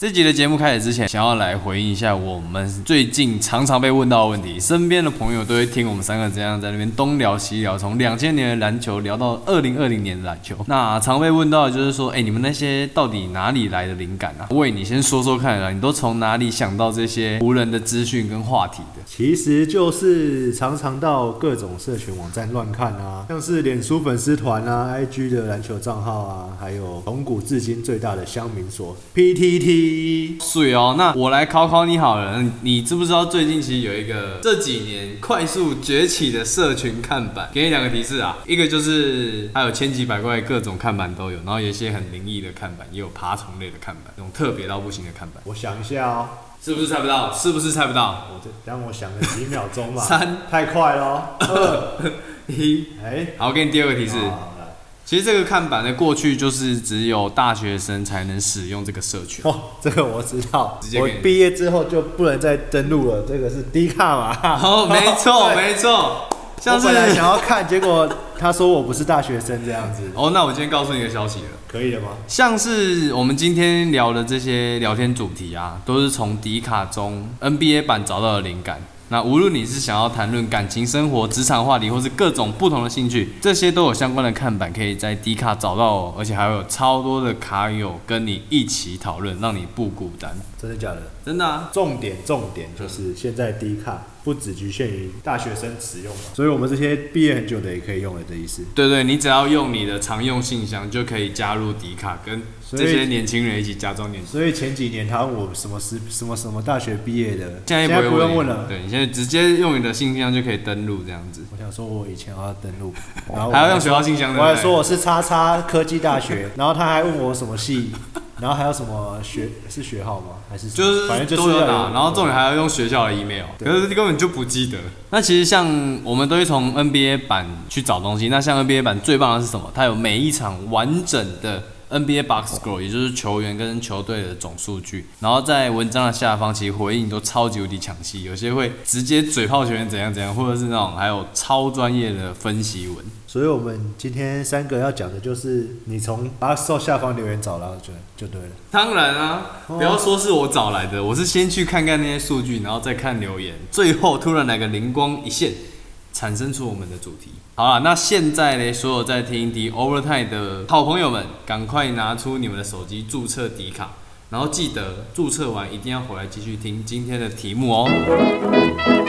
这集的节目开始之前，想要来回应一下我们最近常常被问到的问题。身边的朋友都会听我们三个这样在那边东聊西聊，从两千年的篮球聊到二零二零年的篮球。那常被问到的就是说，哎、你们那些到底哪里来的灵感啊？喂，你先说说看啊，你都从哪里想到这些无人的资讯跟话题的？其实就是常常到各种社群网站乱看啊，像是脸书粉丝团啊、IG 的篮球账号啊，还有从古至今最大的乡民所 PTT。水哦，那我来考考你好了，你你知不知道最近其实有一个这几年快速崛起的社群看板？给你两个提示啊，一个就是它有千奇百怪各种看板都有，然后有一些很灵异的看板，也有爬虫类的看板，那种特别到不行的看板，我想一下哦，是不是猜不到？是不是猜不到？ 我这让我想了几秒钟嘛，三太快咯。二，一，哎，好，我给你第二个提示。好来其实这个看板在过去就是只有大学生才能使用这个社群。哦，这个我知道直接，给我你毕业之后就不能再登录了，这个是低卡嘛。哦，没错，对没错，像我是本来想要看，结果他说我不是大学生这样子，哦，那我今天告诉你个消息了。可以了吗？像是我们今天聊的这些聊天主题啊，都是从迪卡中 NBA 版找到的灵感。那无论你是想要谈论感情生活、职场话题，或是各种不同的兴趣，这些都有相关的看板，可以在迪卡找到哦，而且还会有超多的卡友跟你一起讨论，让你不孤单。真的假的？真的啊，重点重点就是现在低卡不只局限于大学生使用嘛，所以我们这些毕业很久的也可以用了的意思。对对，你只要用你的常用信箱就可以加入迪卡，跟所以这些年轻人一起加装年轻。所以前几年他问我什么时什么什么大学毕业的，现在在不不会用问了。对你现在直接用你的信箱就可以登录这样子，我想说，我以前要登录，然后哦我还要用学校信箱。对不我还对说我是叉叉科技大学，然后他还问我什么系，然后还有什么学是学号吗？还是什么就是反正就都是要要打，有然后重点还要用学校的 email，可是根本就不记得。那其实像我们都会从 NBA 版去找东西，那像 NBA 版最棒的是什么？它有每一场完整的 NBA box score，也就是球员跟球队的总数据，然后在文章的下方其实回应都超级无敌详细，有些会直接嘴炮球员怎样怎样，或者是那种还有超专业的分析文。所以我们今天三个要讲的就是你从把受下方留言找到就就对了。当然啊，不要说是我找来的，我是先去看看那些数据，然后再看留言，最后突然来个灵光一现，产生出我们的主题。好了，那现在呢，所有在听 The Overtime 的好朋友们，赶快拿出你们的手机注册迪卡，然后记得注册完一定要回来继续听今天的题目哦。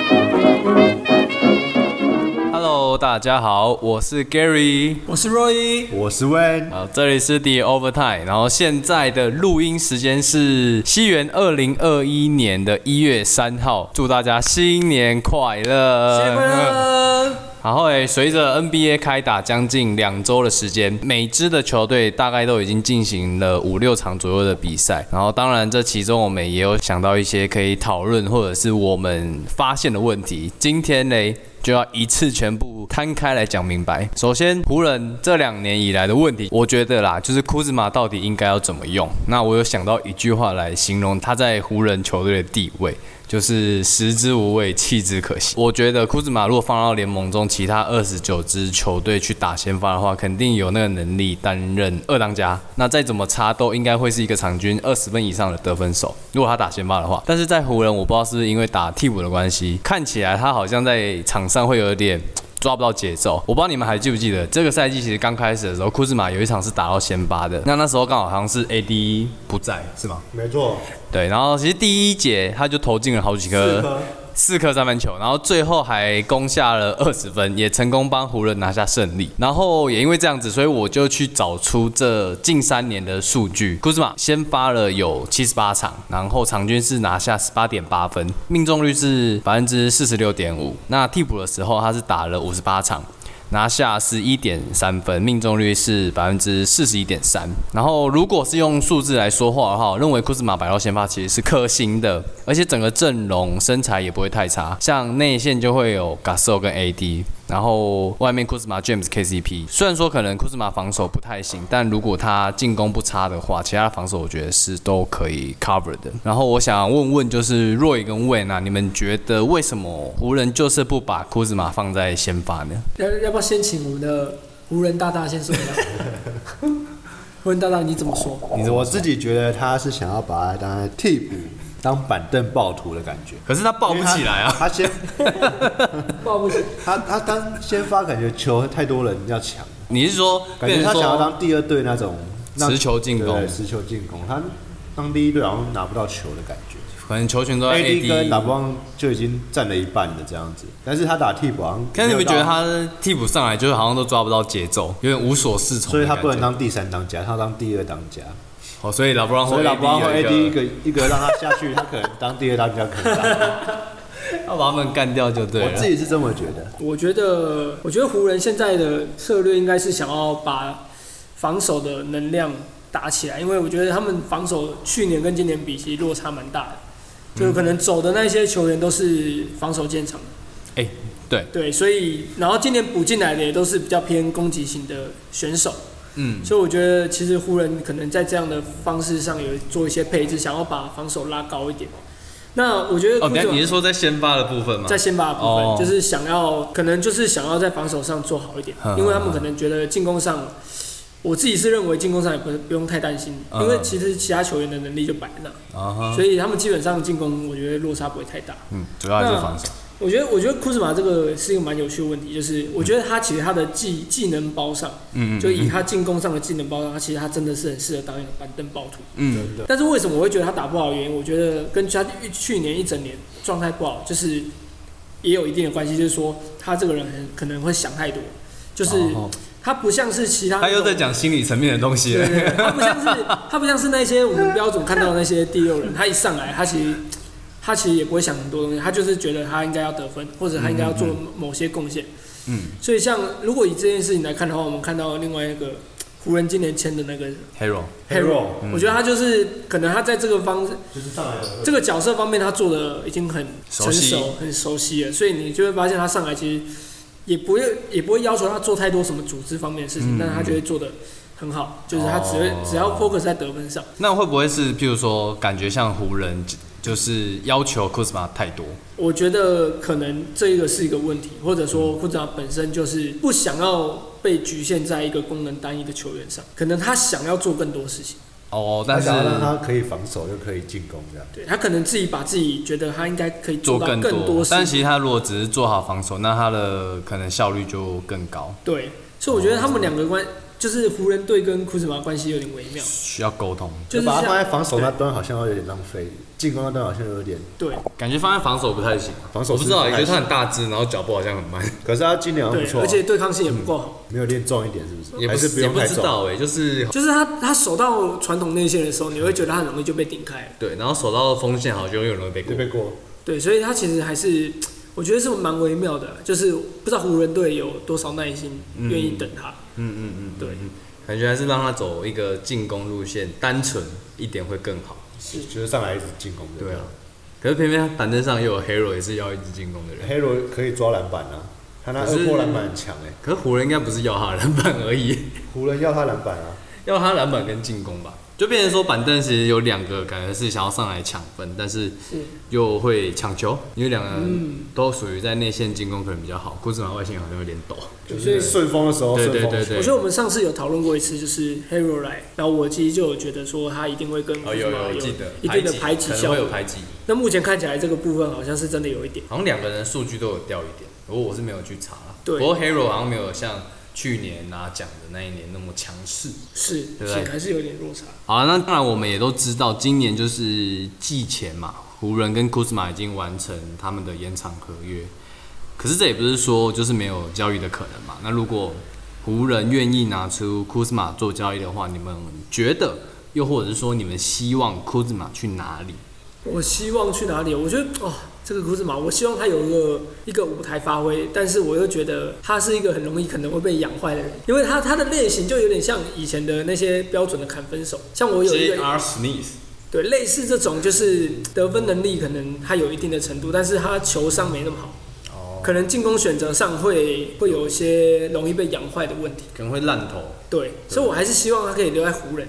Hello，大家好，我是 Gary，我是 Roy。我是 Wen，好，这里是 The Overtime，然后现在的录音时间是西元二零二一年的一月三号，祝大家新年快乐！新年快乐！然后诶，哎随着 NBA 开打将近两周的时间，每支的球队大概都已经进行了五六场左右的比赛。然后当然，这其中我们也有想到一些可以讨论或者是我们发现的问题。今天呢，就要一次全部摊开来讲明白。首先，湖人这两年以来的问题，我觉得啦，就是库兹马到底应该要怎么用？那我有想到一句话来形容他在湖人球队的地位。就是食之无味，弃之可惜。我觉得库兹马如果放到联盟中其他二十九支球队去打先发的话，肯定有那个能力担任二当家。那再怎么差都应该会是一个场均二十分以上的得分手。如果他打先发的话，但是在湖人，我不知道是不是因为打替补的关系，看起来他好像在场上会有一点。抓不到节奏。我不知道你们还记不记得，这个赛季其实刚开始的时候，库兹马有一场是打到先发的，那那时候刚好好像是 AD 不在，是吗？没错，对，然后其实第一节他就投进了好几四颗颗四颗三分球，然后最后还攻下了二十分，也成功帮湖人拿下胜利。然后也因为这样子，所以我就去找出这近三年的数据。库兹马先发了有七十八场，然后场均是拿下十八点八分，命中率是百分之四十六点五。那替补的时候他是打了五十八场。拿下十一点三分，命中率是百分之四十一点三。然后，如果是用数字来说话的话，我认为库兹马摆到先发其实是可行的，而且整个阵容身材也不会太差。像内线就会有 Gasol 跟 AD，然后外面库兹马、James、KCP。虽然说可能库兹马防守不太行，但如果他进攻不差的话，其他的防守我觉得是都可以 cover 的。然后我想问问，就是 Roy 跟 Wayne 啊，你们觉得为什么湖人就是不把库兹马放在先发呢？要要不要先请我们的湖人大大先说一下？问大大你怎么说？我自己觉得他是想要把他当替补、当板凳暴徒的感觉，可是他抱不起来因为啊。他他先 报不行，他他当先发，感觉球太多人要抢，你是说，感觉变他成想要说，当第二队那种让持球进攻对持球进攻。他当第一队好像拿不到球的感觉。可能球权都在 AD 跟打 AD。光就已经占了一半了这样子，但是他打替补好像，可是你们觉得，他替补上来就是好像都抓不到节奏，有点无所适从所的以感觉。他不能当第三当家，他要当第二当家，哦，所以老布朗所以老布朗和 AD 有一一个个一个让他下去，他可能当第二当家可能当，要把他们干掉就对啊我自了。己是这么觉得。我觉得，我觉得湖人现在的策略应该是想要把防守的能量打起来，因为我觉得他们防守去年跟今年比，其实落差蛮大的。就是可能走的那些球员都是防守建长的，哎，对，对，所以然后今年补进来的也都是比较偏攻击型的选手，嗯，所以我觉得其实湖人可能在这样的方式上有做一些配置，想要把防守拉高一点。那我觉得哦，等一下 Kuzma- 你是说在先发的部分吗？在先发的部分，哦就是想要，可能就是想要在防守上做好一点，嗯因为他们可能觉得进攻上，我自己是认为进攻上也不不用太担心，嗯因为其实其他球员的能力就摆在那，啊哈，所以他们基本上进攻，我觉得落差不会太大。嗯，主要还是防守。我觉得，我觉得库兹马这个是一个蛮有趣的问题，就是我觉得他其实他的技技能包上，嗯嗯就以他进攻上的技能包上，他其实他真的是很适合当一个板凳暴徒。嗯，但是为什么我会觉得他打不好？原因我觉得跟他去年一整年状态不好，就是也有一定的关系，就是说他这个人很可能会想太多，就是哦他不像是其他他又在那种。讲心理层面的东西对了。 对，对他不像是他不像是那些我们标准看到的那些第六人，他一上来，他其实他其实也不会想很多东西，他就是觉得他应该要得分，或者他应该要做某些贡献。嗯，所以像如果以这件事情来看的话，我们看到另外一个湖人今年签的那个 Hero， Hero，我觉得他就是可能他在这个方就是上来这个角色方面，他做的已经很熟成熟、很熟悉了，所以你就会发现他上来其实也不会也不会要求他做太多什么组织方面的事情，嗯但是他就会做的很好，就是他只会、哦只要 focus 在得分上。那会不会是譬如说，感觉像湖人就就是要求 Kuzma 太多？我觉得可能这个是一个问题，或者说嗯库兹马本身就是不想要被局限在一个功能单一的球员上，可能他想要做更多事情。哦，他但是想要让他可以防守又可以进攻这样。对他可能自己把自己觉得他应该可以做到更更多事但情。其实他如果只是做好防守，那他的可能效率就更高，对，所以我觉得他们两个关就是湖人队跟库兹马关系有点微妙，需要沟通。就是把它放像在防守那端好像有点浪费，进攻那端好像有点。对感觉放在防守不太行，啊防守我是不知道，不也太觉行得他很大只，然后脚步好像很慢，可是他今年好像对不，啊错、啊而且对抗性也不够嗯好。没有练重一点，是不是？也不还是也用不太知重。道哎，就是就是他他守到传统内线的时候，你会觉得他很容易就被顶开了。对，然后守到锋线好像又容易被过就。被过，对，所以他其实还是我觉得是蛮微妙的，就是不知道湖人队有多少耐心愿意等他。嗯嗯嗯，对，感觉还是让他走一个进攻路线，单纯一点会更好。是就是上来一直进攻的。对啊，可是偏偏他板凳上又有 Hero 也是要一直进攻的人， ，Hero 可以抓篮板啊，他那可是二破篮板很强哎、可是湖人应该不是要他的篮板而已，湖人要他篮板啊，要他篮板跟进攻吧。就变成说板凳其实有两个感觉是想要上来抢分，但是是又会抢球，因为两个人嗯都属于在内线进攻可能比较好，库兹马外线好像有点抖。就所以是顺风的时候对顺对风对球。对，我觉得我们上次有讨论过一次，就是 Hero 来，然后我其实就有觉得说他一定会跟哦有 Kuzma 有有记得一定的排挤可能效会有果。排挤，那目前看起来这个部分好像是真的有一点。好像两个人数据都有掉一点，不过我是没有去查啦。对不过 Hero 好像没有像去年拿奖的那一年那么强势。是，对是还是有点落差。好了，那当然我们也都知道，今年就是季前嘛，湖人跟库兹马已经完成他们的延长合约。可是这也不是说就是没有交易的可能嘛。那如果湖人愿意拿出库兹马做交易的话，你们觉得，又或者是说你们希望库兹马去哪里？我希望去哪里？我觉得哦，这个库兹马，我希望他有一个一个舞台发挥，但是我又觉得他是一个很容易可能会被养坏的人，因为他他的类型就有点像以前的那些标准的砍分手，像我有一 J 个 R Sneeze，对类似这种，就是得分能力可能他有一定的程度，但是他球商没那么好，哦，可能进攻选择上会会有一些容易被养坏的问题。可能会烂头。对，所以我还是希望他可以留在湖人，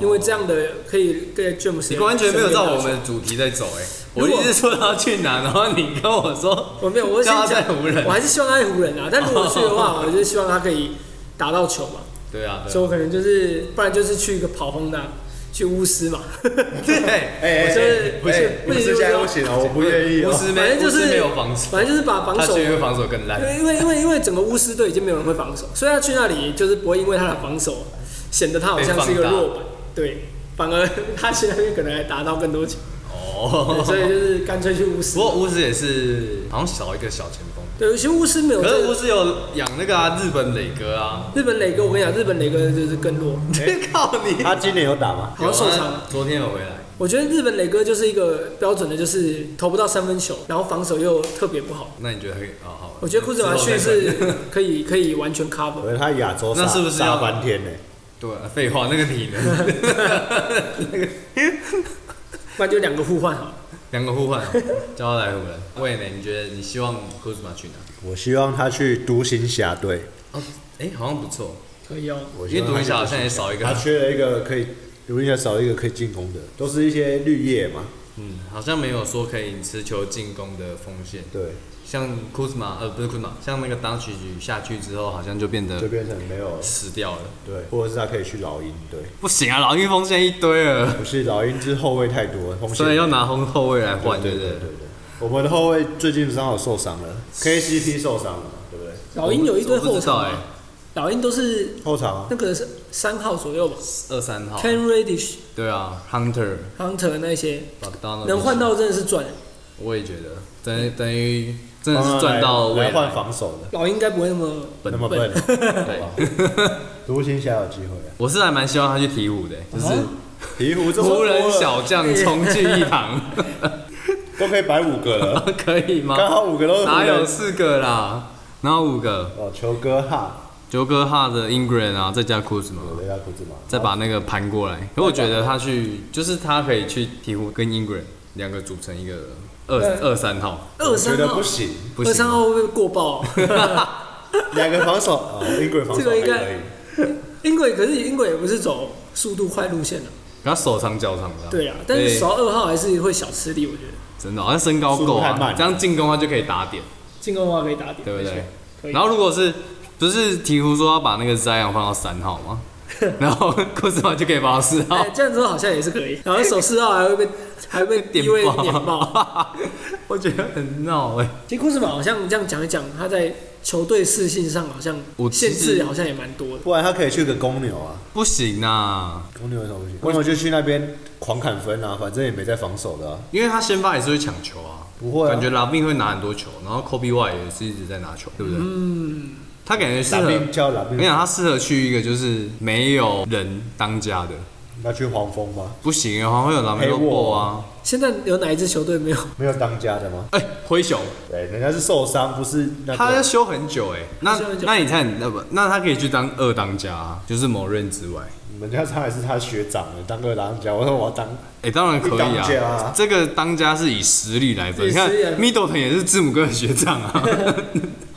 因为这样的可以跟 James 你完全没有身边照打我球们的主题在走哎、我如果一直说他要去哪，然后你跟我说我没有，我是叫他想在湖人哦我还是希望他在湖人啊。但如果去的话，我就希望他可以打到球嘛。对啊，对所啊以我可能就是，不然就是去一个跑轰的，啊去乌斯 嘛，哎 我就是不是不不是是现在不行了，我不愿意乌哦。斯没，反正就是乌斯没有防守，反正就是把防他守去，因为防守更烂因。为因为因为因为整个巫师队已经没有人会防守，所以他去那里就是不会因为他的防守显得他好像是一个被放大弱本，对，反而他去那边可能还达到更多球，对所以哦，就是干脆去巫师不。过乌斯也是好像少一个小前锋，对，其实巫师没有可这是乌个。斯有养那个啊日本磊哥啊，日本磊哥，我跟你讲，日本磊哥就是更弱， 靠你，啊他今年有打吗？哎好像受伤了。，昨天有回来。我觉得日本磊哥就是一个标准的，就是投不到三分球，然后防守又特别不好。那你觉得可以？哦，好。我觉得库兹马逊之是后再谈可以可以完全 cover，可是他亚洲杀那是不是要杀翻天 呢？欸对啊，废话，那个体能， 那个不然就两个互换好了。两个互换哦，叫他来湖人。魏美，你觉得你希望库兹马啊去哪？我希望他去独行侠队，哦，哎，好像不错，可以哦，我希因为独望他行侠去现在也少一个他，缺了一个可以，独行侠少一个可以进攻的，都是一些绿叶嘛。嗯，好像没有说可以持球进攻的锋线。对，像库兹马，呃，不是库兹马，像那个当曲局下去之后，好像就变就得变成没有死掉了。对，或者是他可以去老鹰队，不行啊，老鹰锋线一堆了，不是老鹰之后卫太多，锋线所以要拿红后卫来换，对对对不对对对？对。我们的后卫最近刚好受伤了，KCP 受伤了，对不对？老鹰有一堆我不后知道场哎啊，，老鹰都是后场啊那个是三号左右吧二三号， ，Ken Radish、 对啊，Hunter、 Hunter 那些 b o g d a n 能换到真的是赚。我也觉得，等等于真的是赚到未来来换防守的，老鹰应该不会那么本那么笨，啊对， 独行侠有机会啊。我是还蛮希望他去鹈鹕的，就是啊鹈鹕这么多湖了人小将重聚一 堂，都可以摆五个了， 可以吗？刚好五个都是湖人哪有四个啦？哪有五个？哦，球哥哈，九哥哈的 Ingram 啊，再加 Kuzma，我的要裤子嘛，再把那个盘过来。可我觉得他去，就是他可以去鹈鹕跟 Ingram 两个组成一个二嗯二三号，二我觉三得号不，行，不二行三吗。号会不会过爆啊？ 两个防守哦，英国防这守个还应该可以，英国也可是英国也不是走速度快路线的，他手长脚长的啊，对啊，但是对守到二号还是会小吃力，我觉得真的好像身高够速度太慢啊了，这样进攻他就可以打点。进攻的话可以打点，对不对没错？可以然后如果是不是鹈鹕说要把那个 Zion 放到三号吗？然后库兹马就可以放到四号哎，，这样子好像也是可以。然后手势号 还会被还会被低位碾爆。爆， 我觉得很闹哎、其实库兹马好像这样讲一讲，他在球队适性上好像我其限实制好像也蛮多的。不然他可以去个公牛啊，不行啊，公牛有什么不行？公牛就去那边狂砍分啊，反正也没在防守的啊，因为他先发也是会抢球啊，不会啊感觉拉宾会拿很多球，然后 Kobe Y 也是一直在拿球，对不对？嗯，他感觉适打合，兵我叫打跟你兵，讲，他适合去一个就是没有人当家的，那去黄蜂吧，不行，好像会有拉梅黑洛沃波啊，现在有哪一支球队没有？ 没有当家的吗？哎、灰熊，对，人家是受伤，不是那他要个。修很久哎、那修很久那你看，那不那他可以去当二当家、啊，就是某任之外。人家他还是他学长呢，当个当家，我说我要当，哎、当然可以一当家啊啊，这个当家是以实力来分。以你看实力来分，Middleton 也是字母哥的学长啊，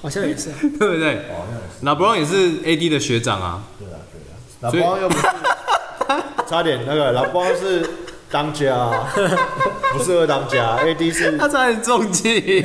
好像也是、啊。对不对？哦，那也老布朗也是 AD 的学长啊，对啊，对啊，老所以包又不是， 差点那个老包是当家啊，不是二当家，AD 是他差点中计。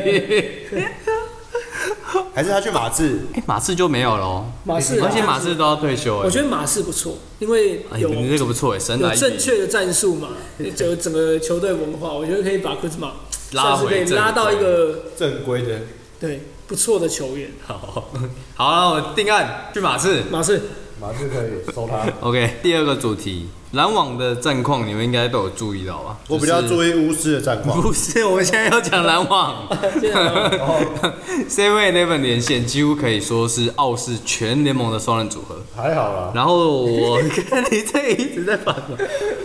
还是他去马刺？ 哎、马刺就没有喽，马刺啊而且马刺都要退休哎、我觉得马刺不错，因为哎，有、你这个不错哎、神有来一正笔，确的战术 嘛，有整个球队文化，我觉得可以把库兹马拉算是回可以正拉到一个正规的，对不错的球员。好，好了，我定案去马刺。马刺马刺可以收他。 OK，第二个主题，篮网的战况你们应该都有注意到吧？我比较就是注意巫师的战况，不是，我们现在要讲篮网。 现在哦篮 Seven Eleven 连线几乎可以说是傲视全联盟的双人组合。还好啦。然后我看你这一直在反驳。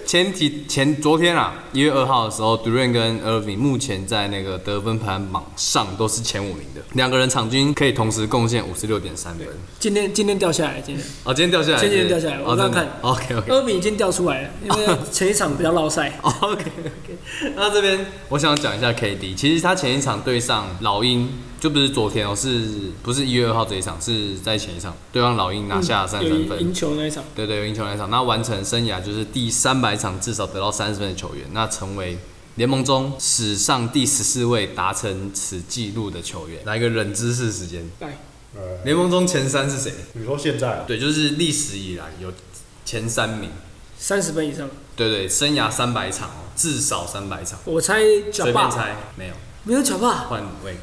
前提前昨天啊，一月二号的时候 d u r a n 跟 Irving 目前在那个得分排行榜上都是前五名的，两个人场均可以同时贡献五十六点三分。今天今天掉下来，今天哦，今天掉下来是不是，今天掉下来哦我真刚的看 OK OK。。厄米已经掉出来了，因为前一场比较落赛 OK，那这边我想讲一下 KD，其实他前一场对上老鹰，就不是昨天哦，是不是一月二号这一场？是在前一场对上老鹰拿下三嗯有十三赢分，赢球那一场，对对，有赢球那一场，那完成生涯就是第三百场至少得到三十分的球员，那成为联盟中史上第十四位达成此纪录的球员。来一个冷知识时间，来呃，联盟中前三是谁？你说现在啊，对，就是历史以来有前三名。三十分以上，对对，生涯三百场哦，至少三百场。我猜脚随便霸猜，没有没有脚霸，换位。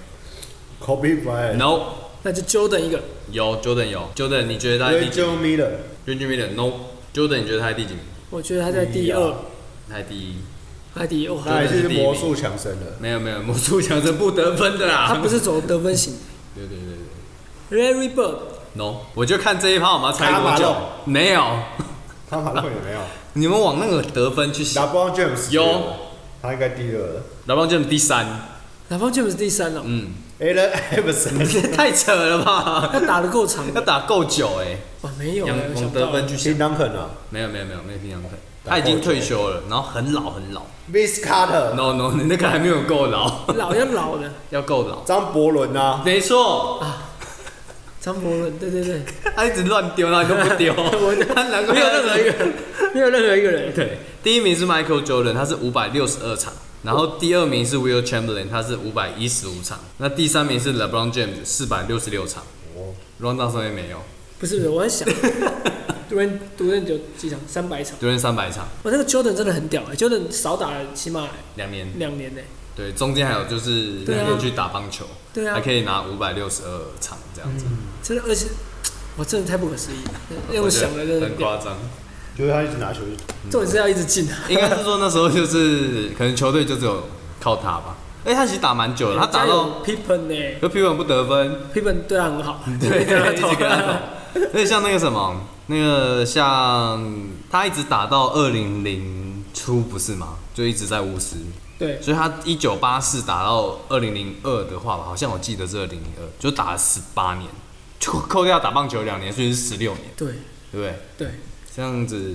Kobe Bryant、 No，那就 Jordan 一个有 Jordan 有 Jordan，你觉得他在第几 Rachel 名 Miller、 ？Reggie Miller，No。Jordan，你觉得他在第几名？我觉得他在第哎二呀，他在第一。他在第一，他哇，还是魔术强森的。没有没有，魔术强森不得分的啦。他不是走得分型对对对对，Larry Bird， ，No，我就看这一趴，我们要猜卡多马久龙？没有，他马龙也 没有。你们往那个得分去 l 想。 b r o n James 有也，他应该第二了。 LeBron James 第三，哪方 James 第三了，哦嗯， Allen Iverson 太扯了吧？他打得够长要的， 打够久哎、哇，没有，啊杨没有往想得到分去想金。当肯啊没有没有没有没有平常看，打他已经后球退休了，然后很老很老。 ，Vince Carter、 No No，你那个还没有够老，老要老的，要够老。张伯伦啊，没错，张伯伦，对对对，他一直乱丢，他都不丢，他难怪没有任何一个人，没有任何一个人，对，第一名是 Michael Jordan，他是五百六十二场，然后第二名是 Will Chamberlain，他是五百一十五场，那第三名是 LeBron James 四百六十六场。Round 哦 down 上面没有不是不是，我 在想，独人独人有几场，三百场， ，Jordan 三百场，哇，那个 Jordan 真的很屌哎，Jordan 少打了起码两年。两年呢，对，中间还有就是对啊两年去打棒球，对啊嗯还可以拿五百六十二场这样子，真的，而且我真的太不可思 议了，我用觉得想的真的很很屌，夸张。就是他一直拿球，重点是要一直进啊，应该是说那时候就是 可能球队就只有靠他吧。哎、他其实打蛮久的，他打到 Pippen 呢和皮本不得分， ，Pippen 对他很好， 对，跟他一投直跟他 投。而且像那个什么，那个像他一直打到二零零初不是吗？就一直在巫师，对，所以他一九八四打到二零零二的话吧，好像我记得是二零零二，就打了十八年， 就扣掉打棒球两年，所以是十六年，对对不对？对，这样子，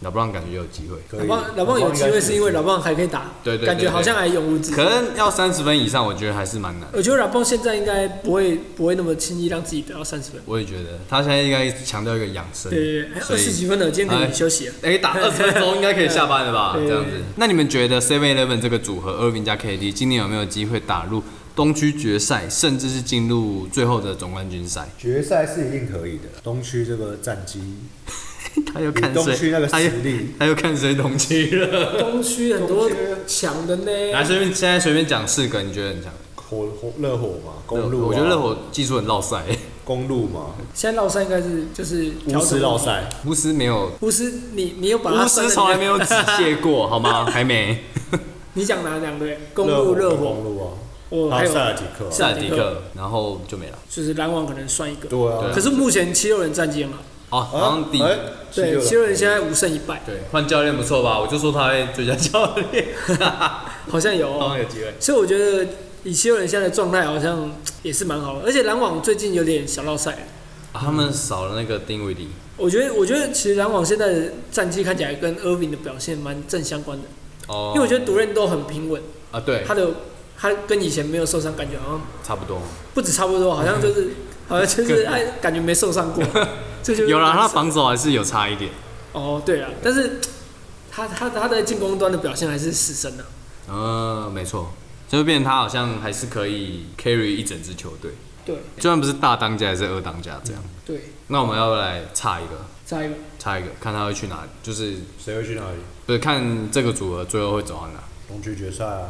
老布朗感觉有机会。可老以。棒老棒有机会是因为老棒棒还可以打，对对对感觉对好像还永无止境可。能要三十分以上，我觉得还是蛮难。我觉得老棒现在应该不会不会那么轻易让自己得到三十分，我也觉得，他现在应该强调一个养生。对对对，所二以十几分了，今天可哎以休息了。哎、打二十分钟应该可以下班了 吧？对这样子。那你们觉得 Seven Eleven 这个组合 Irving 加 KD 今年有没有机会打入东区决赛，甚至是进入最后的总冠军赛？决赛是一定可以的。东区这个战绩，他又看以东区那谁，哎个他又实力他又看谁东区了。东区很多东区强的 来呢，随便现在随便讲四个，你觉得很强？火火热火嘛，公路啊，我觉得热火技术很落塞，公路嘛，现在绕赛应该是就是巫调师整绕，赛，巫师没 有，巫师你你又把它巫算师在从来里没面 有止泻过，好 吗？还没。你讲哪两队？公路热热火火，公路啊，我还还有有塞尔提克啊，塞尔迪克，然后就没了。就是篮网可能算一个，对啊对，可是目前七六人战绩很好，哦，好像第一。哎对，七七六六人人现在五胜一败，对，换教练不错吧？我就说他会最佳教练， 好像有、好哦，像有机会。所以我觉得以七六人现在的状态好像嘖也是蛮好的，而且篮网最近有点小落赛，啊他们少了那个丁威迪，我觉得我觉得其实篮网现在的战绩看起来跟 i r 的表现蛮正相关的，哦，因为我觉得独任都很平稳，啊，对他，的他跟以前没有受伤，感觉好像差不多。不止差不多，好像就是好像就是更哎，感觉没受伤过，这就是有啦，他蛮防守还是有差一点。哦，对啊，但是他他他在进攻端的表现还是死神啊。嗯，没错，就变成他好像还是可以 carry 一整支球队，对就算不是大当家，还是二当家这样。对，那我们要不要来差一个，下一个差一个，看他会去哪里，就是谁会去哪里？不是看这个组合最后会走到哪？东区决赛啊，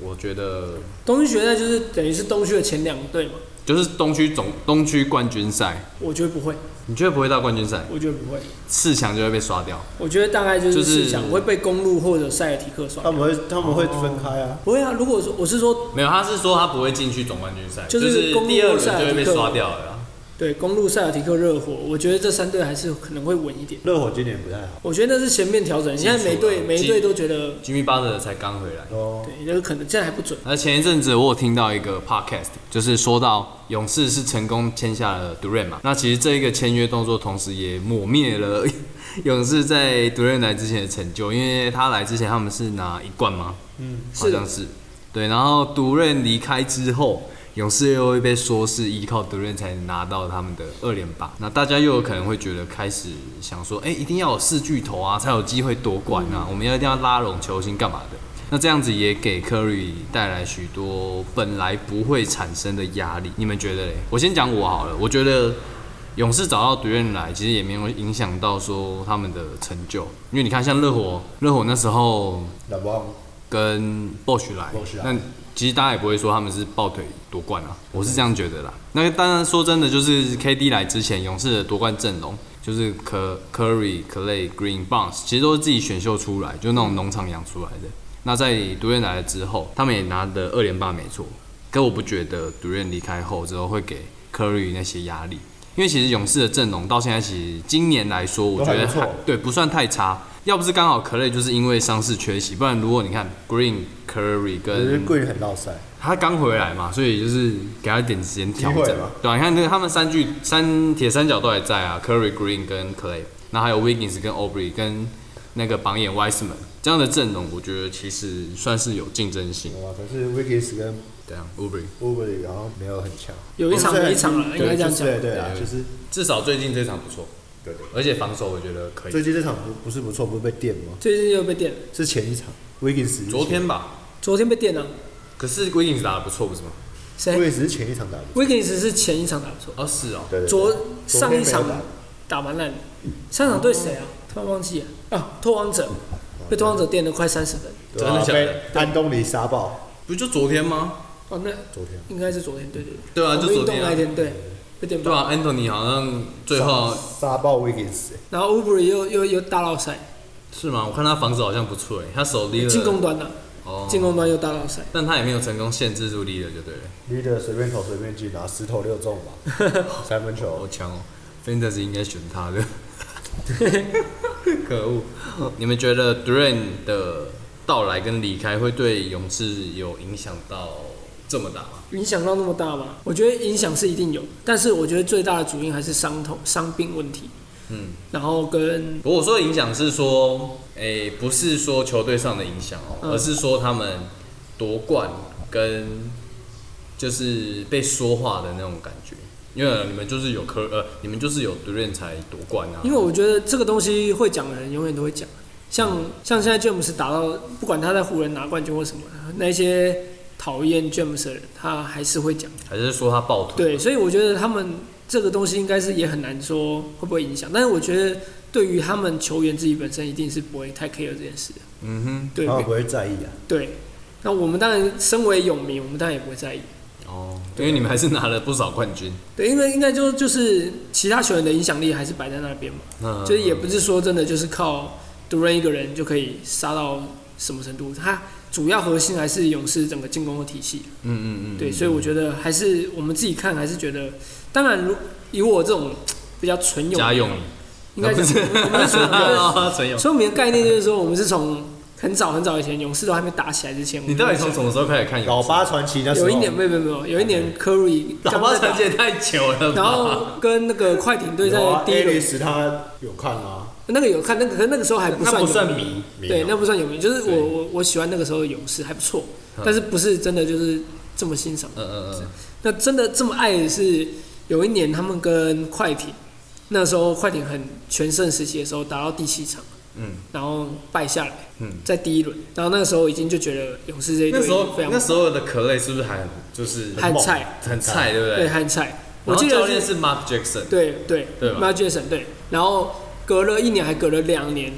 我觉得东区决赛就是等于是东区的前两队嘛，就是东区总东区冠军赛，我觉得不会，你觉得不会到冠军赛，我觉得不会，四强就会被刷掉。我觉得大概就就是是四强会被公路或者塞尔提克刷他。们会他们会分开啊，不会啊，如果说我是说没有，他是说他不会进去总冠军赛，就是公路第二轮赛就会被这个刷掉了啊啦。对公路、塞尔提克、热火，我觉得这三队还是可能会稳一点。热火今年不太好，我觉得那是前面调整，基础现啊在每队每一基队都觉得 Jimmy Butler 才刚回来。哦，对，那个可能现在还不准。而前一阵子我有听到一个 podcast，就是说到勇士是成功签下了 Durant 嘛，那其实这一个签约动作，同时也抹灭了 勇士在 Durant 来之前的成就，因为他来之前他们是拿一冠吗？好是啊像是。对，然后独任离开之后，勇士又会被说是依靠独任才拿到他们的二连霸。那大家又有可能会觉得开始想说，哎、一定要有四巨头啊，才有机会夺冠啊，我们要一定要拉拢球星干嘛的？那这样子也给 Curry 带来许多本来不会产生的压力。你们觉得嘞？我先讲我好了，我觉得勇士找到独任来，其实也没有影响到说他们的成就，因为你看像热火，热火那时候老王跟 Bosch 来 Bosch，来那其实大家也不会说他们是抱腿夺冠啊，我是这样觉得啦。那当然说真的，就是 KD 来之前，勇士的夺冠阵容就是科 Curry、Clay、Green、Bounce，其实都是自己选秀出来，就是那种农场养出来的。那在独院来了之后，他们也拿的二连霸没错，可我不觉得独院离开后之后会给 Curry 那些压力，因为其实勇士的阵容到现在其实今年来说，我觉都还得不错哦还对不算太差。要不是刚好 Clay 就是因为伤势缺席，不然如果你看 Green、Curry 我觉得跟贵人很落塞，他刚回来嘛，所以就是给他一点时间调机会整嘛。对啊，你看那个他们三巨三铁三角都还在啊，Curry、Green 跟 Clay，那还有 Wiggins 跟 Aubrey 跟那个榜眼 Wiseman 这样的阵容，我觉得其实算是有竞争性。哇！可是 Wiggins 跟对啊，Aubrey u b e r 然后没有很强，有一场没一场了，应该这样讲。对对啊，就是至少最近这场不错，对对。而且防守我觉得可最以。近这场不不是不错，不是被电吗？最近又被电了，是前一场 Wiggins 昨天吧，昨天被电了，可是 Wiggins 打的不错，不是吗？谁 Wiggins 是前一场打的， ？Wiggins 是前一场打不错，哦，是哦，对对对昨昨上天一没场有打打蛮烂的，上一场对谁啊？突然忘记哦了啊，拓荒者被拓荒者电了快三十分。对啊真的假的被安东尼杀爆，不就昨天吗？哦，那昨天应该是昨天，对对对啊我们就昨运动天啊那一天，对，被电对爆。啊，Anthony 好像最后杀爆 Wiggins，欸然后 Uber 又又又大闹赛，是吗？我看他防守好像不错诶，欸他手离了进攻端的，啊哦，进攻端又大闹赛。但他也没有成功限制住力了，就对了。 leader 随便投随便进，然后十投六中吧，三分球好。强哦，Fantasy 应该选他的。 可恶！你们觉得 Drain 的到来跟离开会对勇士有影响到这么大吗？影响到那么大吗？我觉得影响是一定有，但是我觉得最大的主因还是伤痛、伤病问题。嗯，然后跟不过我说的影响是说，诶、不是说球队上的影响哦、嗯而是说他们夺冠跟就是被说话的那种感觉，因为你们就是有科呃，你们就是有 Drain 才夺冠啊。因为我觉得这个东西会讲的人永远都会讲，像像现在 James 打到，不管他在湖人拿冠军或什么，那些讨厌 James 的人，他还是会讲。还是说他暴徒？对，所以我觉得他们这个东西应该是也很难说会不会影响，但是我觉得对于他们球员自己本身一定是不会太 care 这件事的。嗯哼。对他们不会在意啊，对，那我们当然身为泳迷，我们当然也不会在意。哦，因为你们还是拿了不少冠军，对，因为应该就就是其他球员的影响力还是摆在那边嘛，嗯，就是也不是说真的就是靠杜兰一个人就可以杀到什么程度，他主要核心还是勇士整个进攻的体系。嗯嗯嗯，对，嗯所以我觉得还是我们自己看还是觉得，当然如以我这种比较纯勇，家用，应该 啊不是是我们是纯勇，啊，陈勇，所以我们的概念就是说我们是从很早很早以前勇士都还没打起来之前，我 们你到底从什么时候开始看老勇士？八传奇那时候有一年没有没有没有，有一年 Curry 老八刚在打传奇也太久了吧，然后跟那个快艇队在有啊第一轮， ，Alice 他有看啊，那个有看，那个可是那个时候还不那算不有算名迷，对，那不算有名，就是对我我我喜欢那个时候的勇士还不错嗯，但是不是真的就是这么欣赏。嗯嗯嗯，那真的这么爱的是有一年他们跟快艇，那时候快艇很全盛时期的时候打到第七场，嗯，然后败下来，嗯，在第一轮，然后那个时候已经就觉得勇士这一队那时候非常那时候的可累是不是还很就是很猛菜，很菜，对不对对？汉菜，我然后记教得练是是 Mark Jackson，对对对吧 m a g i s o n 对，然后隔了一年还隔了两年，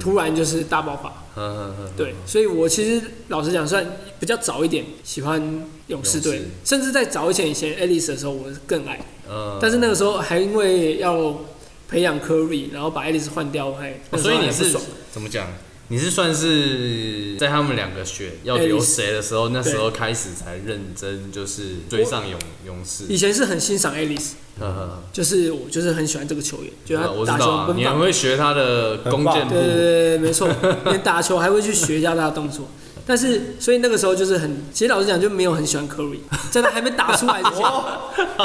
突然就是大爆发。嗯嗯嗯，对，所以我其实老实讲，算比较早一点喜欢勇士队勇士，甚至在早以前以前 Alice 的时候，我是更爱。嗯，但是那个时候还因为要培养 Curry，然后把 Alice 换掉，我还哦所以你那是时候还不爽怎么讲？你是算是在他们两个选要留谁的时候，那时候开始才认真就是追上勇勇士。以前是很欣赏 Alice，呵呵呵就是我就是很喜欢这个球员，觉啊我知得他打球道啊，很你棒很。会学他的弓 箭步对，对对，没错，连打球还会去学一下他的动作。但是，所以那个时候就是很，其实老实讲就没有很喜欢 Curry，在他还没打出来之前，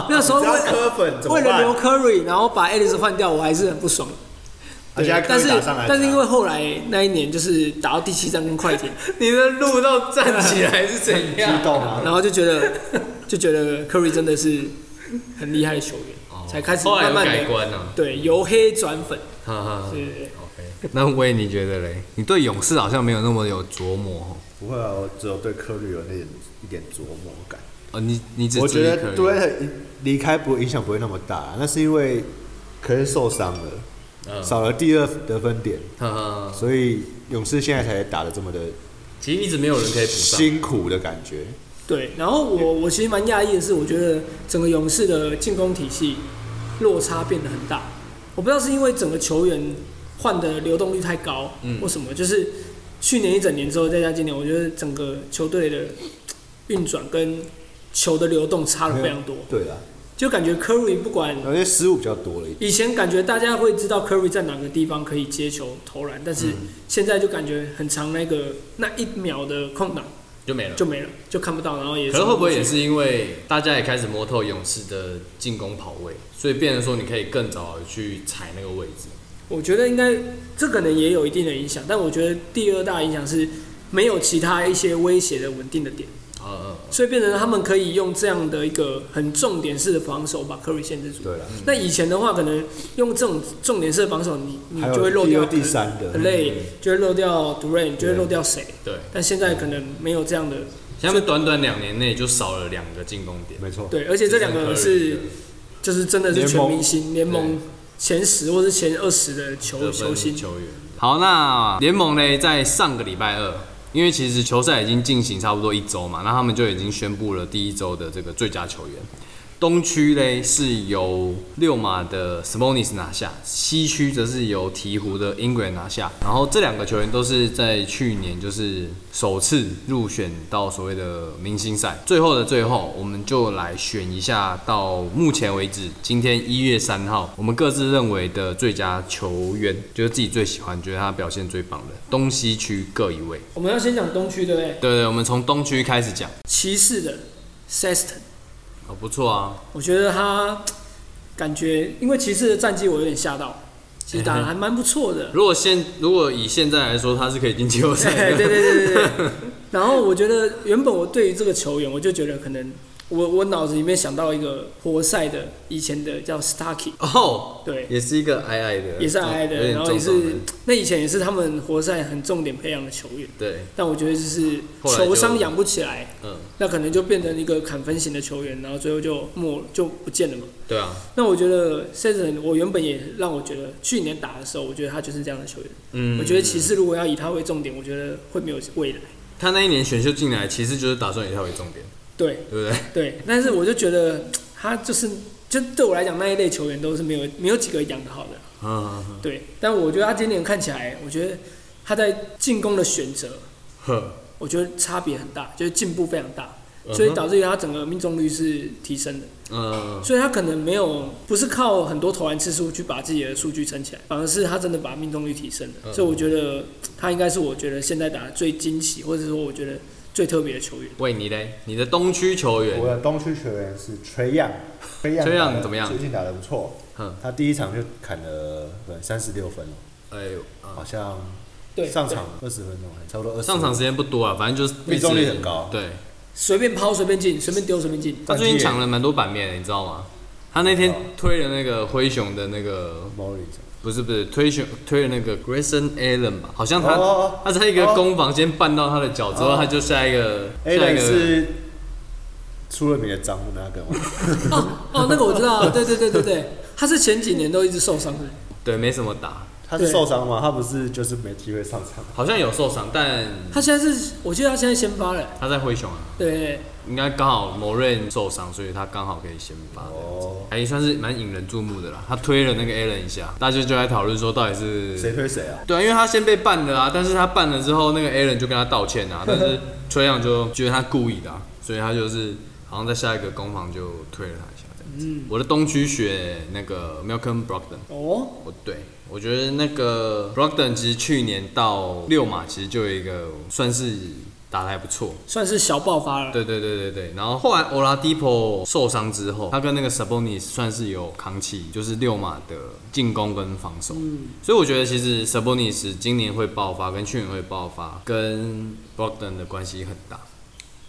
那时候只要为科粉怎么为了留办？ Curry，然后把 Alice 换掉，我还是很不爽。而且他对科但是打上来，啊但是因为后来那一年就是打到第七站跟快艇，你的路到站起来是怎 激样？动啊，然后就觉得就觉得 Curry 真的是很厉害的球哦员，才开始后来慢有慢改的观啊了。对由黑转粉，哈哈对对对。那威，你觉得嘞？你对勇士好像没有那么有琢磨哦。不会啊，我只有对科率有那点一点琢磨感。哦，你你只我注意科觉得里对离开不影响不会那么大，那是因为可是受伤了，嗯，少了第二得分点，呵呵所以勇士现在才打的这么的其实一直没有人可以补上。辛苦的感觉。对，然后我我其实蛮讶异的是，我觉得整个勇士的进攻体系落差变得很大。我不知道是因为整个球员换的流动率太高，嗯或什么，就是去年一整年之后再加今年，我觉得整个球队的运转跟球的流动差了非常多，对啦，就感觉 Curry 不管而且失误比较多了一点。以前感觉大家会知道 Curry 在哪个地方可以接球投篮，但嗯是现在就感觉很长那个那一秒的空档就没了。就没了，就看不到，然后也可是会不会传也出去是因为大家也开始摸透勇士的进攻跑位，所以变成说你可以更早的去踩那个位置？我觉得应该这可能也有一定的影响，但我觉得第二大影响是没有其他一些威胁的稳定的点，呃，哦所以变成他们可以用这样的一个很重点式的防守把 Curry 限制住。对啦，那以前的话，可能用这种重点式的防守，你你还有就会漏第掉二、第三的很累，就会漏掉 d u r a n 就会漏掉谁。对，但现在可能没有这样的，像他们短短两年内就少了两个进攻点，没错。对，而且这两个是就是真的是联全盟明星联盟前十或是前二十的球得球分星。球员。好，那联盟呢，在上个礼拜二，因为其实球赛已经进行差不多一周嘛，那他们就已经宣布了第一周的这个最佳球员。东区嘞是由六马的 Simonis 拿下，西区则是由鹈鹕的 Ingram 拿下。然后这两个球员都是在去年就是首次入选到所谓的明星赛。最后的最后，我们就来选一下到目前为止，今天一月三号，我们各自认为的最佳球员，就是自己最喜欢，觉得他表现最棒的东西区各一位。我们要先讲东区，对不对？对对，我们从东区开始讲，骑士的 Sexton。哦，不错啊，我觉得他感觉，因为骑士的战绩我有点吓到，其实打嗯的哼还蛮不 错的。如果现如果以现在来说，他是可以进季后赛 的。对对对对对对。然后我觉得原本我对于这个球员，我就觉得可能我我脑子里面想到一个活塞的以前的叫 Starkey，哦，对，也是一个矮矮的，也是矮矮有的，点然后也重重的是那以前也是他们活塞很重点培养的球员，对，但我觉得就是后来就球商养不起来，嗯，那可能就变成一个砍分型的球员，然后最后就没就不见了嘛。对啊，那我觉得 s e s o n 我原本也让我觉得去年打的时候，我觉得他就是这样的球员。嗯，我觉得骑士如果要以他为重点，我觉得会没有未来。他那一年选秀进来，其实就是打算以他为重点，对对 不对？对，但是我就觉得他就是，就对我来讲那一类球员都是没有没有几个养得好的。嗯，对，但我觉得他今年看起来，我觉得他在进攻的选择，呵，我觉得差别很大，就是进步非常大，嗯哼所以导致于他整个命中率是提升的。嗯，所以他可能没有不是靠很多投篮次数去把自己的数据撑起来，反而是他真的把命中率提升了。嗯所以我觉得他应该是我觉得现在打的最惊喜，或者说我觉得最特别的球员。喂，你嘞？你的东区球员我，的东区球员是崔样，崔样 Trae Young 打得怎么样最近打得不错，嗯，他第一场就砍了三十六分哦，哎呦，好啊像对，上场二十分钟，差不多二十。上场时间不多啊，反正就是命中率很高对，随便抛随便进，随便丢随便进。他最近抢了蛮多版面的，你知道吗？他那哦天推了那个灰熊的那个 Morris 不是不是，推选推了那个 Grayson Allen 吧，好像他、哦哦哦他在一个攻防先绊到他的脚之后，哦他就下一个下 a 一 l 个是出了名的脏木那个嘛，哦哦，那个我知道，对对对对对，他是前几年都一直受伤的。对没什么打，他是受伤吗？他不是就是没机会上场。好像有受伤，但他现在是，我记得他现在先发了。他在灰熊啊，对对对应该刚好某任受伤，所以他刚好可以先发的，哦，还算是蛮引人注目的啦。他推了那个 Allen 一下，大家就在讨论说到底谁是推 谁啊？对啊，因为他先被办的啊，但是他办了之后，那个 Allen 就跟他道歉啊，但是崔杨就觉得他故意的、啊，所以他就是好像在下一个攻防就推了他一下这样子。嗯我的东区选那个 Malcolm Brogdon，哦，我对我觉得那个 Brogdon 其实去年到六马其实就有一个算是打得还不错，算是小爆发了。对对对对对。然后后来 Oladipo 受伤之后，他跟那个 Sabonis 算是有扛起，就是六马的进攻跟防守。所以我觉得其实 Sabonis 今年会爆发，跟去年会爆发，跟 Brogdon 的关系很大。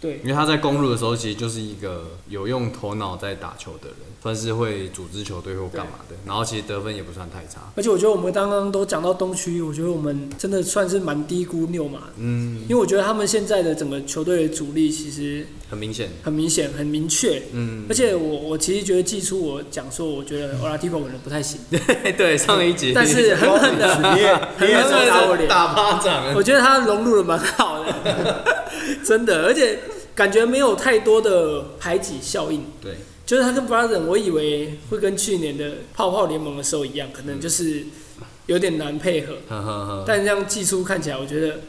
对因为他在公路的时候，其实就是一个有用头脑在打球的人，算是会组织球队或干嘛的。然后其实得分也不算太差，而且我觉得我们刚刚都讲到东区，我觉得我们真的算是蛮低估六马的，嗯，因为我觉得他们现在的整个球队的主力其实很明显，很明显、很明确，嗯而，且我我其实觉得季初我讲说，我觉得 Oladipo 可能不 太行， 对上一集，但是狠狠的，啊你也你你也也狠狠地打我脸，打巴掌，啊我觉得他融入的蛮好的， 真的，而且感觉没有太多的排挤效应。对，就是他跟 Brother，我以为会跟去年的泡泡联盟的时候一样，可能就是有点难配合，呵呵呵，但这样季初看起来，我觉得，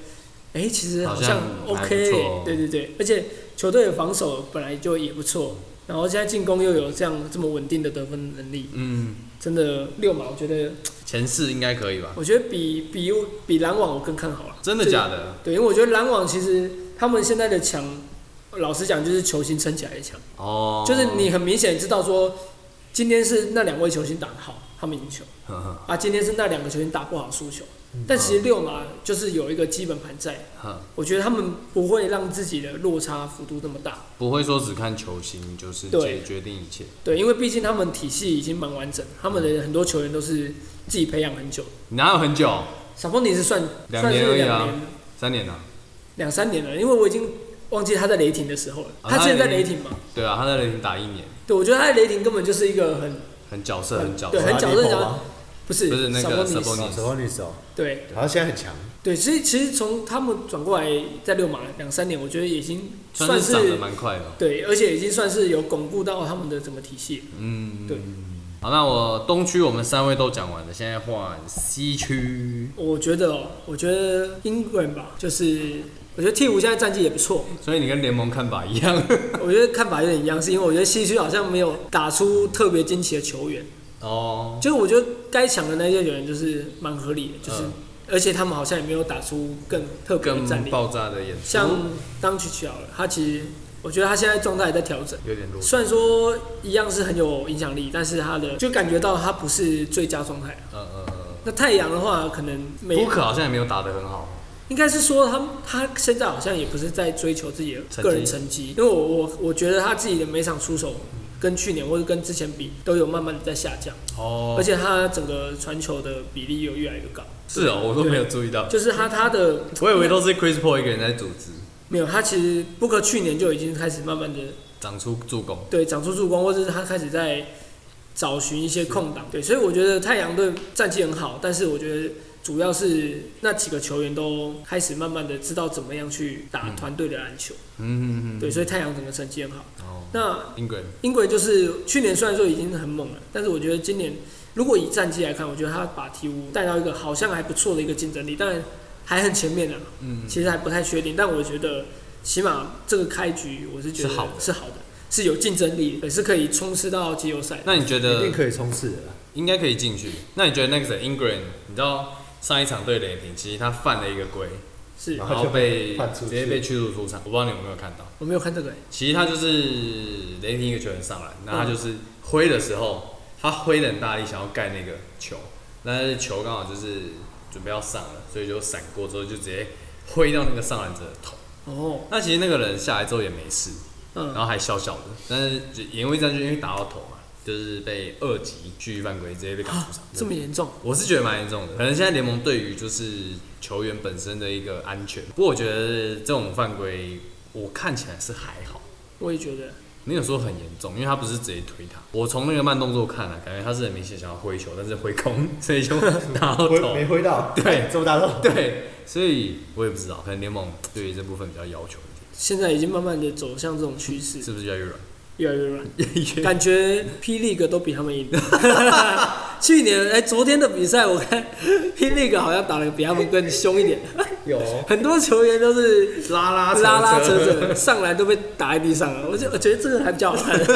哎、其实好像好像 OK，还不错对对对，而且球队的防守本来就也不错，然后现在进攻又有这样这么稳定的得分能力，嗯，真的六马，我觉得，前四应该可以吧？我觉得比比比篮网我更看好了，真的就是假的？对，因为我觉得篮网其实他们现在的强，老实讲就是球星撑起来的强，哦，就是你很明显知道说，今天是那两位球星打得好，他们赢球呵呵啊，今天是那两个球星打不好输球。嗯但其实六马就是有一个基本盘在，呵，我觉得他们不会让自己的落差幅度那么大，不会说只看球星就是对决决定一切，对，因为毕竟他们体系已经蛮完整，他们的很多球员都是自己培养很久。哪有很久？小波尼是算两算年是而已两啊年三年啊？两三年了，因为我已经忘记他在雷霆的时候了，啊他之前在他也雷霆嘛，对啊，他在雷霆打一年，对，我觉得他在雷霆根本就是一个很很角色，很角对色，很矫正正矫正不是不是那个 Sabonis Sabonis 手你手，对然后现在很强，对，其实其实从他们转过来在六马两三年，我觉得已经算算是长得是蛮快的。哦对，而且已经算是有巩固到他们的整个体系了，嗯，对。好，那我东区我们三位都讲完了，现在换西区，我觉得哦，我觉得 Ingram 吧，就是我觉得鹈鹕现在战绩也不错，所以你跟联盟看法一样。 我觉得看法有点一样，是因为我觉得西区好像没有打出特别惊奇的球员， 哦，就是我觉得该抢的那些球员就是蛮合理的，就是、嗯而且他们好像也没有打出更特别的战更力，爆炸的演出，像当曲奇好了，他其实我觉得他现在状态也在调整。有点弱。虽然说一样是很有影响力，但是他的就感觉到他不是最佳状态。呃呃呃，那太阳的话，可能布没克好像也没有打得很好。应该是说他他现在好像也不是在追求自己的个人成绩，因为我我我觉得他自己的每场出手跟去年或者跟之前比都有慢慢的在下降，哦而且他整个传球的比例又越来越高，是哦，我都没有注意到，就是他他的我以为都是 Chris Paul 一个人在组织，没有他其实 b o 去年就已经开始慢慢的长出助攻。对长出助攻，或者是他开始在找寻一些空档，对，所以我觉得太阳队战绩很好，但是我觉得。主要是那几个球员都开始慢慢的知道怎么样去打团队的篮球，嗯嗯嗯。对，所以太阳整个成绩很好。哦那，Ingram 英国就是去年虽然说已经很猛了，但是我觉得今年如果以战绩来看，我觉得他把鹈鹕带到一个好像还不错的一个竞争力，当然还很前面呢、啊嗯其实还不太确定，但我觉得起码这个开局我是觉得是好的是好的，是有竞争力的，也是可以冲刺到季后赛。那你觉一定得可以冲刺的啦。应该可以进去？那你觉得那个谁 Ingram，你知道上一场对雷霆，其实他犯了一个规，是然啊后被判出去直接被驱逐出场。我不知道你有没有看到，我没有看这个、欸，其实他就是雷霆一个球员上来，然后他就是挥的时候，他挥的很大力，想要盖那个球，但是球刚好就是准备要上了，所以就闪过之后就直接挥到那个上篮者的头。哦，那其实那个人下来之后也没事，然嗯，后还笑笑的，但是就也因为这样就因为打到头嘛，就是被二级区域犯规，直接被赶出场。啊这么严重，我是觉得蛮严重的，可能现在联盟对于就是球员本身的一个安全，不过我觉得这种犯规我看起来是还好，我也觉得没有说很严重，因为他不是直接推他。我从那个慢动作看啊，感觉他是很明显想要挥球，但是挥空， 所以就打到挥头没。挥到，哎对这么大漏。对，所以我也不知道，可能联盟对于这部分比较要求一点，现在已经慢慢的走向这种趋势，是不是越来越软？越来越软。越来越 感觉霹雳 e 都比他们赢。 去年哎、昨天的比赛我看 霹雳 e 好像打得比他们更凶一点， 有很多球员都是拉拉拉拉扯扯的，上来都被打在地上了。我就我觉得这个还比较好看， 会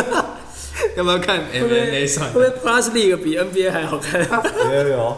要不要看哎不会 MMA 算会不会 Plus League 比 NBA 还好看？ 有有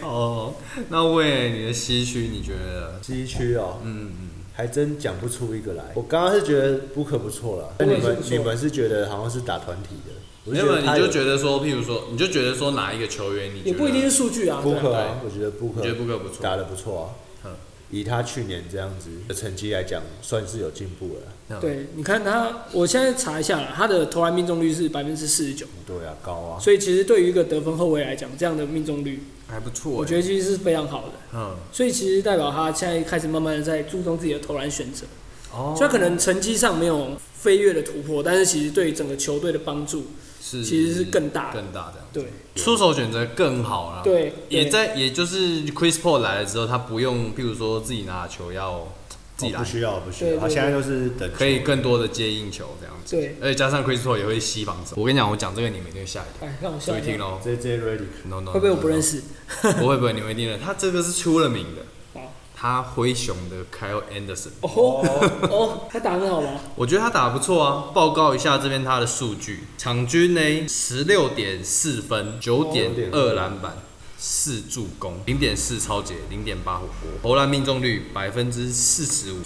哦，那为你的西区，你觉得？西区哦，嗯嗯，还真讲不出一个来。我刚刚是觉得不可不错啦，那我也你是们不错你们是觉得好像是打团体的，我没有，你他就有觉得说，譬如说，你就觉得说哪一个球员，你觉也得不一定是数据啊，布对啊克啊，我觉得布克你觉得布克不错打得不错啊嗯。以他去年这样子的成绩来讲，算是有进步了。嗯对，你看他，我现在查一下啦，他的投篮命中率是百分之四十九，对啊，高啊，所以其实对于一个得分后卫来讲，这样的命中率，还不错欸，我觉得其实是非常好的。嗯所以其实代表他现在开始慢慢的在注重自己的投篮选择，哦，虽然可能成绩上没有飞跃的突破，但是其实对整个球队的帮助是其实是更大的。更大的，对出手选择更好啦。，对，也对在也就是 Chris Paul 来了之后，他不用，譬如说自己拿球要自己来哦不，需要不需对要，对他现在就是等可以更多的接应球这样子。对，而且加上 Chris Paul 也会吸防守。我跟你讲，我讲这个你们一定会吓一跳，哎，让我笑注意一听下，喽。 J J Ready No no，会不会我不认识？识？ 不会不会，你们一定认识。他这个是出了名的好。他灰熊的 Kyle Anderson，哦吼 哦，他打得很好吗？我觉得他打得不错啊。报告一下这边他的数据，场均呢十六点四分，九点二篮板，四助攻，零点四超解，零点八火锅，投篮命中率百分之四十五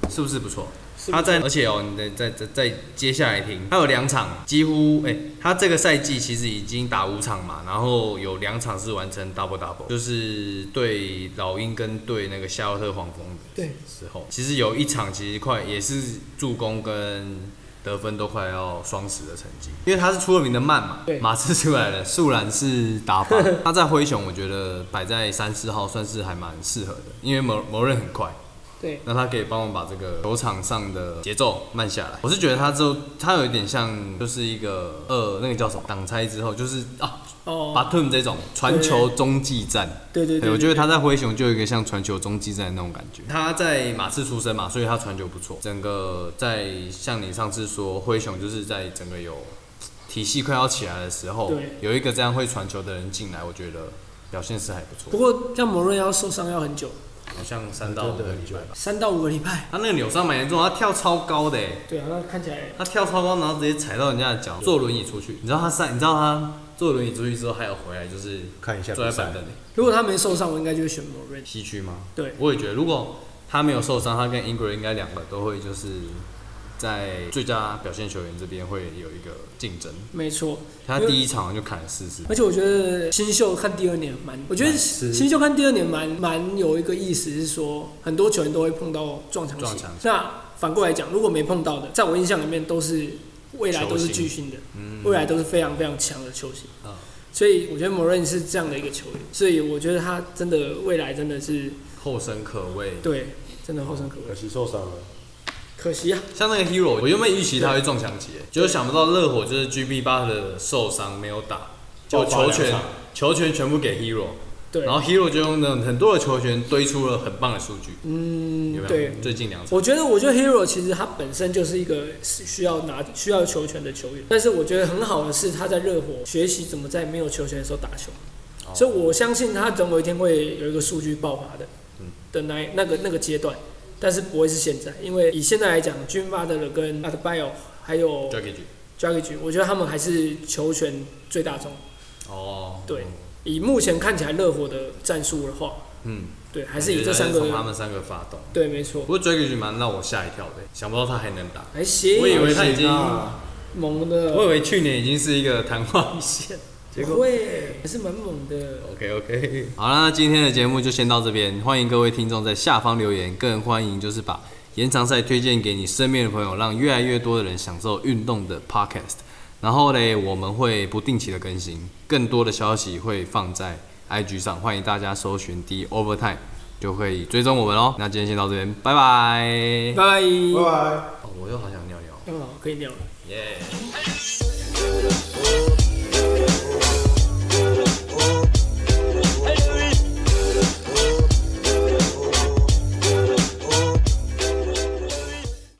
不，错，是不是不错？是不是他在，而且哦，你再再再接下来听，他有两场几乎，哎、他这个赛季其实已经打五场嘛，然后有两场是完成 double double，就是对老鹰跟对那个夏洛特黄蜂的对时候，其实有一场其实快也是助攻跟得分都快要双十的成绩，因为他是出了名的慢嘛对，马刺出来了，素然是打 法，他在灰熊我觉得摆在三四号算是还蛮适合的，因为某某人很快。对那他可以帮我把这个球场上的节奏慢下来。我是觉得他之后，他有一点像就是一个呃，那个叫什么挡拆之后，就是啊，哦，把 t u m 这种传球中继战。对对对，对，我觉得他在灰熊就有一个像传球中继战的那种感觉。他在马刺出身嘛，所以他传球不错。整个在像你上次说，灰熊就是在整个有体系快要起来的时候对，有一个这样会传球的人进来，我觉得表现是还不不错。过像某人要受伤要很久，好像三到五个礼拜吧，三到五个礼拜。他那个扭伤蛮严重，他跳超高的欸对啊，那看起来他跳超高，然后直接踩到人家的脚，坐轮椅出去。你知道他上，你知道他坐轮椅出去之后还有回来，就是看一下比坐在赛板，凳里。如果他没受伤，我应该就会选某人。西区吗？对我也觉得，如果他没有受伤，他跟 Ingrid 应该两个都会就是在最佳表现球员这边会有一个竞争。没错，他第一场就砍了四次，而且我觉得新秀看第二年蛮，我觉得是新秀看第二年蛮蛮有一个意思是说，很多球员都会碰到撞墙撞期墙。那反过来讲，如果没碰到的，在我印象里面都是未来都是球星巨星的，未来都是非常非常强的球星。嗯所以我觉得莫瑞是这样的一个球员，所以我觉得他真的未来真的是后生可畏。对，真的后生可畏可。惜受伤了。可惜啊，像那个 Hero，我原本预期他会撞墙期，结果想不到热火就是 GB 八的受伤没有打，就爆发球两权场球权全部给 Hero。对，然后 Hero 就用那种很多的球权堆出了很棒的数据，有没嗯，有？对，最近两场我觉得，我觉得 Hero 其实他本身就是一个是需要拿需要球权的球员，但是我觉得很好的是他在热火学习怎么在没有球权的时候打球，哦所以我相信他总有一天会有一个数据爆发的，嗯的那那个那个阶段，但是不会是现在，因为以现在来讲，军发的跟 a t b i o 还有 j a c k i e j a g g e 我觉得他们还是球权最大宗。哦，对，以目前看起来热火的战术的话，嗯，对，还是以这三从他个，们三个发动。对，没错不，过 j a c k i e 蛮让我吓一跳的，想不到他还能打。还行，我以为他已经，啊猛的，我以为去年已经是一个昙花一现。结不会，还是蛮猛的。 OK OK，好啦，那今天的节目就先到这边，欢迎各位听众在下方留言，更欢迎就是把延长赛推荐给你身边的朋友，让越来越多的人享受运动的 Podcast。然后嘞，我们会不定期的更新，更多的消息会放在 IG 上，欢迎大家搜寻 D Overtime 就可以追踪我们哦。那今天先到这边，拜拜。拜拜。拜拜。哦我又好想尿尿，嗯，可以聊了。耶、